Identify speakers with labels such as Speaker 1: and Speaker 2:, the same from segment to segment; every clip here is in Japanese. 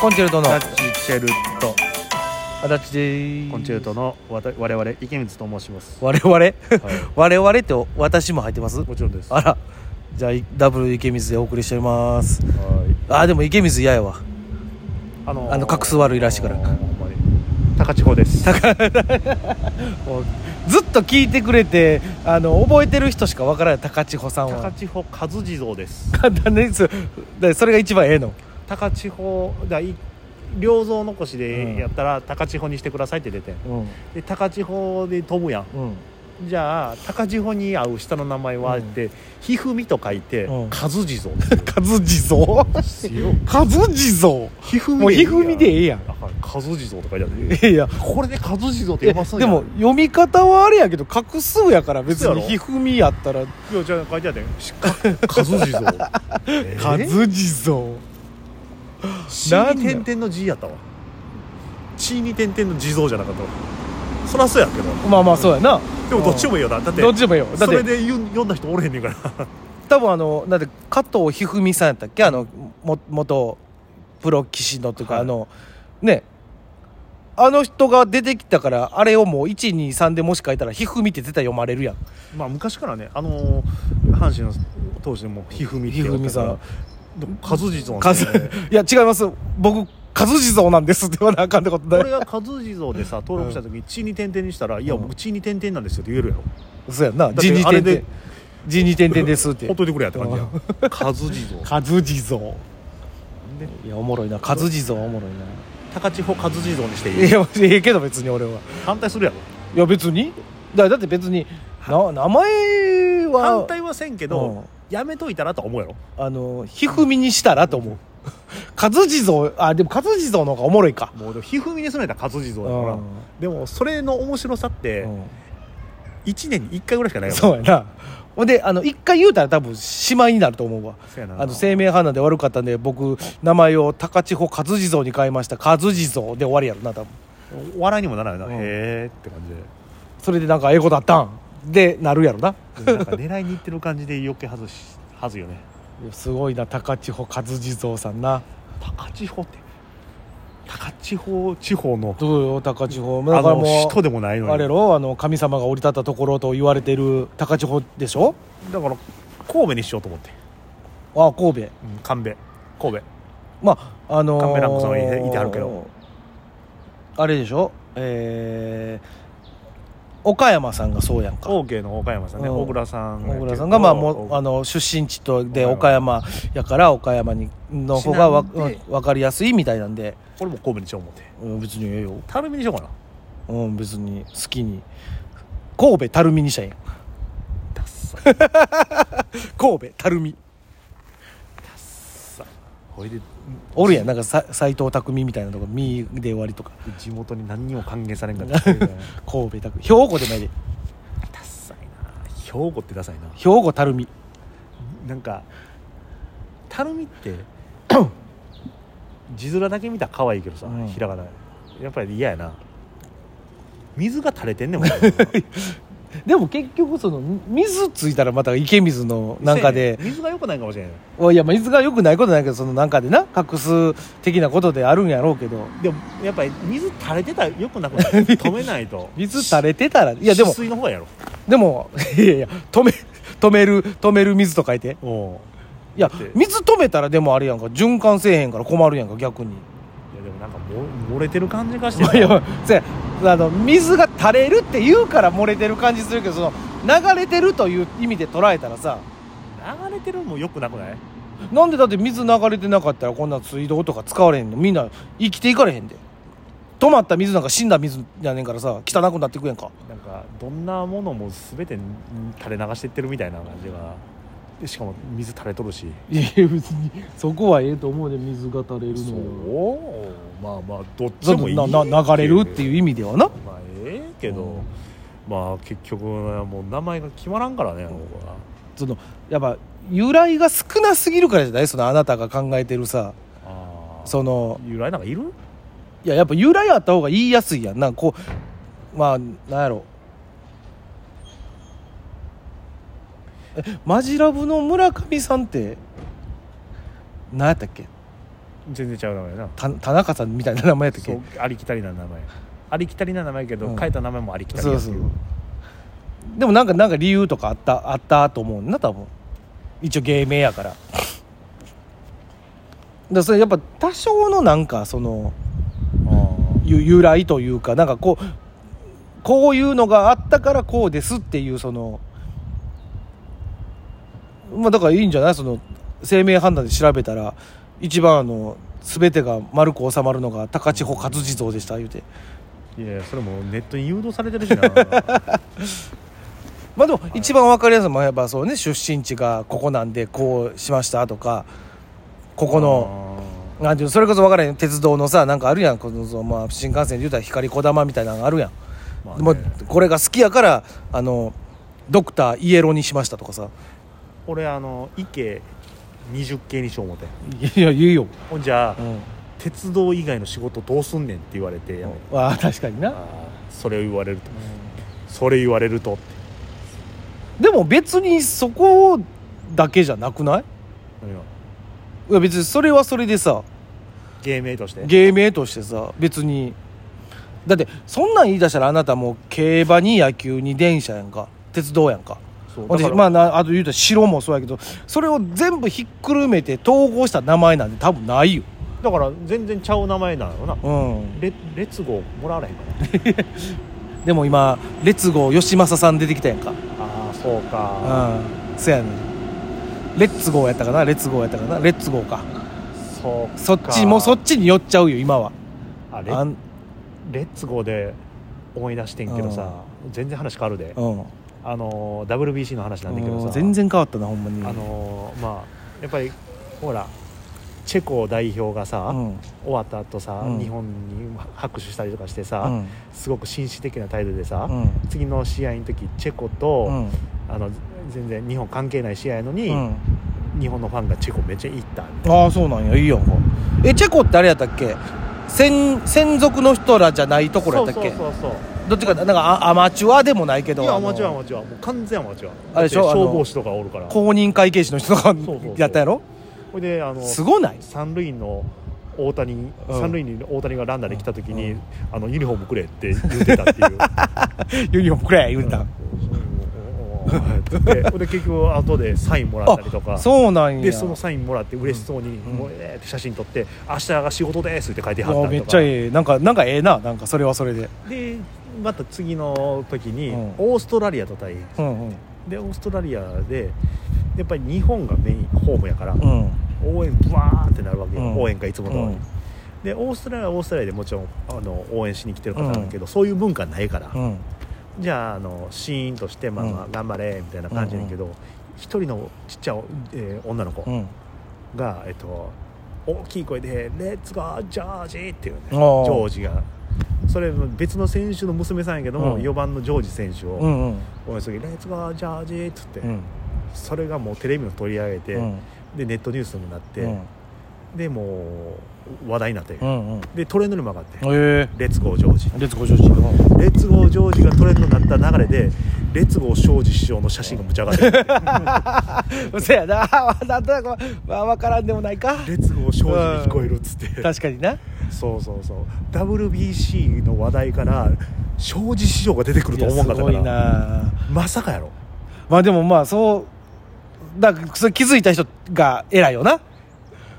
Speaker 1: コンチェルトの
Speaker 2: ラチチェルト
Speaker 1: 足立で
Speaker 2: コンチェルトのわた我々池水と申します、は
Speaker 1: 我々
Speaker 2: い、
Speaker 1: 我々って私も入ってます
Speaker 2: もちろんです
Speaker 1: あ
Speaker 2: は
Speaker 1: らじゃあダブル池水でお送りしております
Speaker 2: い
Speaker 1: あーでも池水嫌やわ
Speaker 2: あの
Speaker 1: あの格数悪いらしいから
Speaker 2: ほんまに高千穂です
Speaker 1: もうずっと聞いてくれてあの覚えてる人しかわからない高千穂さん
Speaker 2: 高
Speaker 1: は
Speaker 2: 千穂和地蔵です
Speaker 1: 簡単ですで それが一番ええの
Speaker 2: 高千穂だい良造残し
Speaker 1: うん
Speaker 2: でやったら高千穂にしてくださいって出て
Speaker 1: うん
Speaker 2: で高千穂で飛ぶやん
Speaker 1: うん
Speaker 2: じゃあ高千穂に合う下の名前は
Speaker 1: う
Speaker 2: っ
Speaker 1: ん
Speaker 2: てひふみと書いて
Speaker 1: うん
Speaker 2: 和地蔵
Speaker 1: 和地 蔵和地蔵
Speaker 2: ひふ
Speaker 1: もうひふみでええやん
Speaker 2: あかん和地蔵とかじゃな
Speaker 1: い
Speaker 2: い
Speaker 1: やいや
Speaker 2: これで和地蔵って
Speaker 1: え
Speaker 2: 読ません
Speaker 1: でも読み方はあれやけど画数やから別
Speaker 2: そう
Speaker 1: に
Speaker 2: やろ
Speaker 1: ひふみやったら
Speaker 2: いやじゃあ書いてあったよしか和 地蔵え
Speaker 1: 和地蔵
Speaker 2: 血
Speaker 1: なん
Speaker 2: に点々の字やったわ血に点々の地蔵じゃなかったわそらそうやけど
Speaker 1: まあまあそうやな
Speaker 2: でもどっちもいいよなだって
Speaker 1: どっちでもいいよだ
Speaker 2: そ
Speaker 1: っ
Speaker 2: れ
Speaker 1: て
Speaker 2: で言う読んだ人おれへんねんから
Speaker 1: 多分あのだって加藤一二三さんやったっけあのも元プロ棋士のというか、
Speaker 2: はい
Speaker 1: あのねあの人が出てきたからあれをもう123でもし書いたら「ひふみ」って絶対読まれるやん
Speaker 2: まあ昔からねあのー阪神の当時でもひふみって
Speaker 1: ひ
Speaker 2: 言
Speaker 1: ふ
Speaker 2: われ
Speaker 1: み
Speaker 2: てた
Speaker 1: さ
Speaker 2: か
Speaker 1: ん
Speaker 2: らでも和地蔵
Speaker 1: 和
Speaker 2: な
Speaker 1: い
Speaker 2: んだよね
Speaker 1: や 違います僕和地蔵なんですって言わなあかんってこと
Speaker 2: 俺
Speaker 1: ない
Speaker 2: が和地蔵 でさ登録した時に血に点々にしたら「いや
Speaker 1: うん
Speaker 2: 僕血に点々なんですよ」って言えるやろ
Speaker 1: そうやんな「
Speaker 2: っ
Speaker 1: 人
Speaker 2: て
Speaker 1: 二
Speaker 2: あれ
Speaker 1: 点
Speaker 2: で
Speaker 1: 点人二点点です」って
Speaker 2: ほっといてくれやって感じやん 和地蔵
Speaker 1: 和地蔵
Speaker 2: で
Speaker 1: いやおもろいな和地蔵おもろいな
Speaker 2: 高千穂和地蔵にしていい
Speaker 1: いやええけど別に俺は
Speaker 2: 反対するやろ
Speaker 1: いや別にだだって別にな名前は
Speaker 2: 反対はせんけ
Speaker 1: う
Speaker 2: ど
Speaker 1: ん
Speaker 2: やめといたらとは思うやろ
Speaker 1: あの、ひふみにしたらと思う。和地蔵、あ、でも和地蔵の方がおもろいか。
Speaker 2: もうでもひふみにするんやったら和地蔵だか
Speaker 1: う
Speaker 2: ら
Speaker 1: ん
Speaker 2: でもそれの面白さって1年に1回ぐらいしかないやろ
Speaker 1: そうやな。ほんで、あの、一回言うたら多分、しまいになると思うわ。
Speaker 2: そうやな
Speaker 1: あの、生命判断で悪かったんで、僕、名前を高千穂和地蔵に変えました。和地蔵で終わりやろな、多分。
Speaker 2: お笑いにもならないな、
Speaker 1: うん
Speaker 2: へえって感じで
Speaker 1: それでなんか、英語だったんで、なるやろな。
Speaker 2: でもなんか狙いにいってる感じで余計外し はずよね
Speaker 1: すごいな、高千穂和地蔵さんな。
Speaker 2: 高千穂って高千穂地方の
Speaker 1: どうよ、高千穂。
Speaker 2: あ
Speaker 1: だから
Speaker 2: の
Speaker 1: も
Speaker 2: 人
Speaker 1: う、
Speaker 2: でもないのに
Speaker 1: あれやろ、あの、神様が降り立ったところと言われてる高千穂でしょ
Speaker 2: だから神戸にしようと思って、
Speaker 1: ああ、神戸。
Speaker 2: うん、神戸神戸
Speaker 1: まああのー、
Speaker 2: カメラマンさんはいていてはるけど
Speaker 1: あれでしょえー、岡山さんがそうやんか
Speaker 2: オーケーの岡山さんね
Speaker 1: うん
Speaker 2: 小倉さん
Speaker 1: 小倉さんがまあもうあ
Speaker 2: の
Speaker 1: の出身地とで岡
Speaker 2: 岡
Speaker 1: 山やから岡山にの方がわ
Speaker 2: ちなんで
Speaker 1: うんわかりやすいみたいなんで、
Speaker 2: 俺も神戸にしよう思って
Speaker 1: うん、別にええよ、
Speaker 2: たるみにしようかな
Speaker 1: うん、別に好きに神戸垂水にしたいんや
Speaker 2: ダッサ
Speaker 1: 神戸垂水
Speaker 2: さほいで
Speaker 1: おるやんなんかさ斎藤匠みたいなとこ「み」で終わりとか
Speaker 2: 地元に何にも歓迎されんかったダッ
Speaker 1: 神戸匠兵庫でもいいで
Speaker 2: サいな兵庫ってダサいな
Speaker 1: 兵庫垂水
Speaker 2: なんかたるみって 字面だけ見たら可愛いけどさ、
Speaker 1: うん
Speaker 2: ひらがなやっぱり嫌やな水が垂れてんね んもん
Speaker 1: でも結局その水ついたらまた池水のなんか で
Speaker 2: 水が良くないかもしれない
Speaker 1: いやまあ水が良くないことないけどそのなんかでな隠す的なことであるんやろうけど
Speaker 2: でもやっぱり水垂れてたら良くなくない 止めないと
Speaker 1: 水垂れてたらいやでも
Speaker 2: 止水の方やろ
Speaker 1: でも いやいや止め止める止める水と書いて
Speaker 2: お
Speaker 1: いや
Speaker 2: だって
Speaker 1: 水止めたらでもあれやんか循環せえへんから困るやんか逆に
Speaker 2: いやでもなんかも漏れてる感じがし
Speaker 1: い
Speaker 2: て
Speaker 1: や
Speaker 2: さ
Speaker 1: いやせやあの水が垂れるって言うから漏れてる感じするけどその流れてるという意味で捉えたらさ
Speaker 2: 流れてるのも良くなくない
Speaker 1: なんでだって水流れてなかったらこんな水道とか使われへんのみんな生きていかれへんで止まった水なんか死んだ水やねんからさ汚くなっていくやんか
Speaker 2: なんかどんなものも全て垂れ流してってるみたいな感じがでしかも水垂れとるし
Speaker 1: いや別にそこはええと思うで水が垂れ
Speaker 2: そうまあまあどっち
Speaker 1: そ
Speaker 2: で
Speaker 1: の
Speaker 2: もいい
Speaker 1: なな流れるっていう意味ではな
Speaker 2: まあええけど、
Speaker 1: うん
Speaker 2: まあ結局もう名前が決まらんからね、僕は
Speaker 1: そのやっぱ由来が少なすぎるからじゃないそのあなたが考えてるさ
Speaker 2: ああ
Speaker 1: その
Speaker 2: 由来なんかいる
Speaker 1: いややっぱ由来あった方が言いやすいやんなんかこうまあなんやろえマジラブの村上さんってなんやったっけ
Speaker 2: 全然ちゃう名前やな
Speaker 1: た田中さんみたいな名前やったっ
Speaker 2: そ
Speaker 1: け
Speaker 2: うありきたりな名前ありきたりな名前やけど、
Speaker 1: うん
Speaker 2: 変えた名前もありきたり
Speaker 1: そう
Speaker 2: やって
Speaker 1: そ
Speaker 2: いうう
Speaker 1: でもなんかなんか理由とかあったあったと思うんだな多分一応芸名やからだからそれやっぱ多少のなんかその
Speaker 2: あ
Speaker 1: ゆ由来というかなんかこうこういうのがあったからこうですっていうそのまあだからいいんじゃないその生命判断で調べたら一番あの全てが丸く収まるのが高千穂勝地蔵でした言うて
Speaker 2: ーいやいやそれもうネットに誘導されてるしなあ
Speaker 1: まあでも一番分かりやすいのはやっぱそうね出身地がここなんでこうしましたとか ここのなんていうのそれこそ分からへん鉄道のさなんかあるやんこのそのまあ新幹線で言うたら光こだまみたいなのがあるやん
Speaker 2: ーまあね
Speaker 1: もうこれが好きやからあのドクターイエローにしましたとかさ
Speaker 2: 俺あの池20系にしよう思って
Speaker 1: いや言うよ、
Speaker 2: ほんじゃあ、
Speaker 1: うん、
Speaker 2: 鉄道以外の仕事どうすんねんって言われてやめた
Speaker 1: ああ確かにな、
Speaker 2: あーそれを言われるとそれ言われるとって
Speaker 1: でも別にそこだけじゃなくない
Speaker 2: 何が
Speaker 1: いや別にそれはそれでさ
Speaker 2: 芸名として
Speaker 1: 芸名としてさ別にだってそんなん言い出したらあなたもう競馬に野球に電車やんか鉄道やんか
Speaker 2: そうだ
Speaker 1: 私
Speaker 2: から
Speaker 1: まあなあと言うたら城もそうやけどそれを全部ひっくるめて統合した名前なんて多分ないよ
Speaker 2: だから全然ちゃう名前なのな
Speaker 1: うん
Speaker 2: レレッツゴーもらわれへんかな
Speaker 1: でも今列号義政さん出てきたやんか
Speaker 2: ああそうか
Speaker 1: うんそやねんレッツゴーやったかなレッツゴーやったかなレッツゴーか
Speaker 2: そうか
Speaker 1: そっちもうそっちに寄っちゃうよ今は
Speaker 2: あレ
Speaker 1: あん
Speaker 2: レッツゴーで思い出してんけどさ、全然話変わるで、
Speaker 1: うん
Speaker 2: あのー WBC の話なんだけど
Speaker 1: う
Speaker 2: さ
Speaker 1: ん全然変わったなほんまに
Speaker 2: あのーまあやっぱりほらチェコ代表がさ、
Speaker 1: うん
Speaker 2: 終わった後さ、
Speaker 1: うん
Speaker 2: 日本に拍手したりとかしてさ、
Speaker 1: うん
Speaker 2: すごく紳士的な態度でさ、
Speaker 1: うん
Speaker 2: 次の試合の時チェコ
Speaker 1: う
Speaker 2: と、
Speaker 1: ん
Speaker 2: あの全然日本関係ない試合やのに、
Speaker 1: うん
Speaker 2: 日本のファンがチェコめっちゃ行ったみたい
Speaker 1: ああそうなんやいいやんかえチェコってあれやったっけ専専属の人らじゃないところやったっけ
Speaker 2: そうそうそうそう
Speaker 1: どっちかなんかアアマチュアでもないけど
Speaker 2: いや
Speaker 1: あ
Speaker 2: ア
Speaker 1: の
Speaker 2: マチュアアマチュアもう完全アマチュア
Speaker 1: あれでしょ
Speaker 2: だって
Speaker 1: あの
Speaker 2: 消防士とかおるから
Speaker 1: 公認会計士の人が
Speaker 2: そうそう
Speaker 1: やったやろ
Speaker 2: ほいであの
Speaker 1: すごない
Speaker 2: 三塁の大谷、
Speaker 1: うん
Speaker 2: 三塁に大谷がランナーで来た時に、
Speaker 1: うん
Speaker 2: あのユニフォームくれって言ってたっていう
Speaker 1: ユニフォームくれ言うてた、
Speaker 2: おーおーって言ってほいで結局後でサインもらったりとか
Speaker 1: あそうなんや
Speaker 2: でそのサインもらって嬉しそうに、
Speaker 1: ん
Speaker 2: もうえーって写真撮って「明日が仕事です」って書いては
Speaker 1: う
Speaker 2: っ
Speaker 1: わ
Speaker 2: たり
Speaker 1: め
Speaker 2: と
Speaker 1: っ
Speaker 2: か
Speaker 1: ちゃええなんかなんかええななんかそれはそれで
Speaker 2: でまた次の時に、
Speaker 1: うん
Speaker 2: オーストラリアと対戦
Speaker 1: うんうん
Speaker 2: でオーストラリアでやっぱり日本がメインホームやから、
Speaker 1: うん
Speaker 2: 応援ブワーってなるわけよ、
Speaker 1: うん
Speaker 2: 応援がいつも通り、
Speaker 1: うん
Speaker 2: でオーストラリアはオーストラリアでもちろんあの応援しに来てる方なんだけど、そういう文化ないから、
Speaker 1: うん
Speaker 2: じゃああのシーンとしてまあまあ
Speaker 1: う
Speaker 2: 頑張れみたいな感じだけど一、人のちっちゃい、えー女の子
Speaker 1: うん
Speaker 2: が、えっと、大きい声で「レッツゴージョージ!」っていうねジ
Speaker 1: おー
Speaker 2: ョージがそれ別の選手の娘さんやけども、
Speaker 1: うん
Speaker 2: 4番のジョージ選手
Speaker 1: う
Speaker 2: を
Speaker 1: んうん
Speaker 2: 応援する時「レッツゴージョージ!」っつって、
Speaker 1: うん
Speaker 2: それがもうテレビの取り上げて、
Speaker 1: うん
Speaker 2: でネットニュースにもなって、
Speaker 1: うん
Speaker 2: でもう話題になって、
Speaker 1: うんうん
Speaker 2: でトレンドにも上がって、
Speaker 1: え
Speaker 2: レッツゴージョージ
Speaker 1: えレッツゴージョージ うん
Speaker 2: レッツゴージョージがトレンドになった流れでレッツゴー庄司師匠の写真がむちゃ 上がってる
Speaker 1: そや ななんとなくままあ分からんでもないか
Speaker 2: レッツゴー庄司に聞こえるっつって
Speaker 1: 確かにな
Speaker 2: そうそうそう WBC の話題から庄司師匠が出てくる
Speaker 1: い
Speaker 2: と
Speaker 1: や
Speaker 2: 思
Speaker 1: す
Speaker 2: わなかった
Speaker 1: ご
Speaker 2: か
Speaker 1: い
Speaker 2: ら
Speaker 1: な
Speaker 2: まさかやろ
Speaker 1: まあでもまあそうだからそれ気づいた人が偉いよな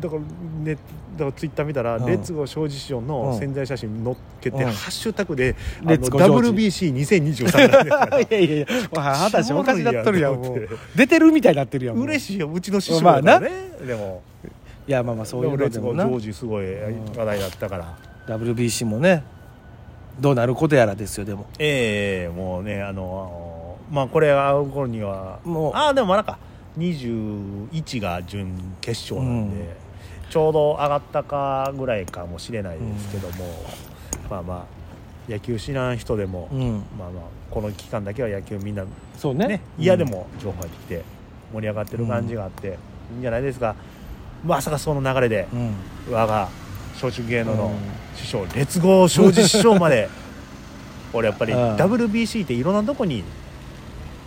Speaker 2: だから,、ね、だからツイッター見たら、
Speaker 1: うん
Speaker 2: レッツゴー庄司師匠の宣材写真載っけて、
Speaker 1: うん
Speaker 2: ハッシュタグで「あの
Speaker 1: レッツゴー庄司
Speaker 2: WBC2023」なんだか ら
Speaker 1: いやいやいやもう話おかしなっとるやん
Speaker 2: 知らん
Speaker 1: も
Speaker 2: やん
Speaker 1: う出てるみたいになってるやんもう
Speaker 2: 嬉しいようちの師匠だからね、でも
Speaker 1: いやまあまあそういう
Speaker 2: でもレ
Speaker 1: の
Speaker 2: ッツ
Speaker 1: でも
Speaker 2: ゴー
Speaker 1: な
Speaker 2: ジョージすごい
Speaker 1: うん
Speaker 2: 話題だったから、
Speaker 1: WBC もねどうなることやらですよでも
Speaker 2: ええもうねあのまあこれ会う頃には
Speaker 1: もう
Speaker 2: ああでもまだか21が準決勝なんで、
Speaker 1: うん
Speaker 2: ちょうど上がったかぐらいかもしれないですけども、まあまあ野球知らん人でも、
Speaker 1: うん
Speaker 2: まあまあこの期間だけは野球みんな
Speaker 1: そうね
Speaker 2: ね嫌でも情報が来て盛り上がってる感じがあって、いいんじゃないですかまさかその流れで
Speaker 1: うん、うん
Speaker 2: 我が松竹芸能
Speaker 1: う
Speaker 2: の
Speaker 1: ん
Speaker 2: 師匠列号庄司師匠まで 俺やっぱり
Speaker 1: うん
Speaker 2: WBC っていろんなとこに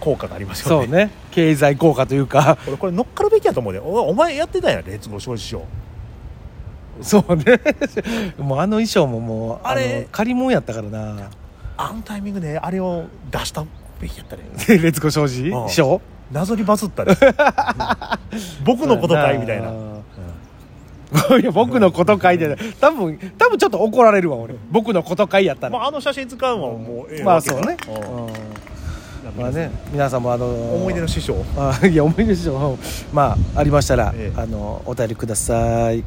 Speaker 2: 効果があります
Speaker 1: そ
Speaker 2: よね
Speaker 1: うね経済効果というか
Speaker 2: 俺これ乗っかるべきやと思うでおお前やってたやん列号庄司師匠
Speaker 1: そうねもうあの衣装ももう
Speaker 2: あれ
Speaker 1: の借り物やったからな
Speaker 2: あのタイミングであれを出したべきやったね
Speaker 1: レッツゴー庄司
Speaker 2: うん
Speaker 1: 衣装
Speaker 2: 謎にバズったで僕のことかいみたいな、
Speaker 1: う
Speaker 2: うん
Speaker 1: ん いや僕のことかいで多分多分ちょっと怒られるわ俺僕のことかいやった
Speaker 2: ま
Speaker 1: ら
Speaker 2: あ、あの写真使うのはもうええ
Speaker 1: まあ
Speaker 2: わけ
Speaker 1: そ
Speaker 2: や
Speaker 1: うね
Speaker 2: う
Speaker 1: う
Speaker 2: ん
Speaker 1: んまあね皆さんもあの
Speaker 2: 思 い出の師匠
Speaker 1: あいや思い出でしょまあありましたら、
Speaker 2: ええ
Speaker 1: あのお便りください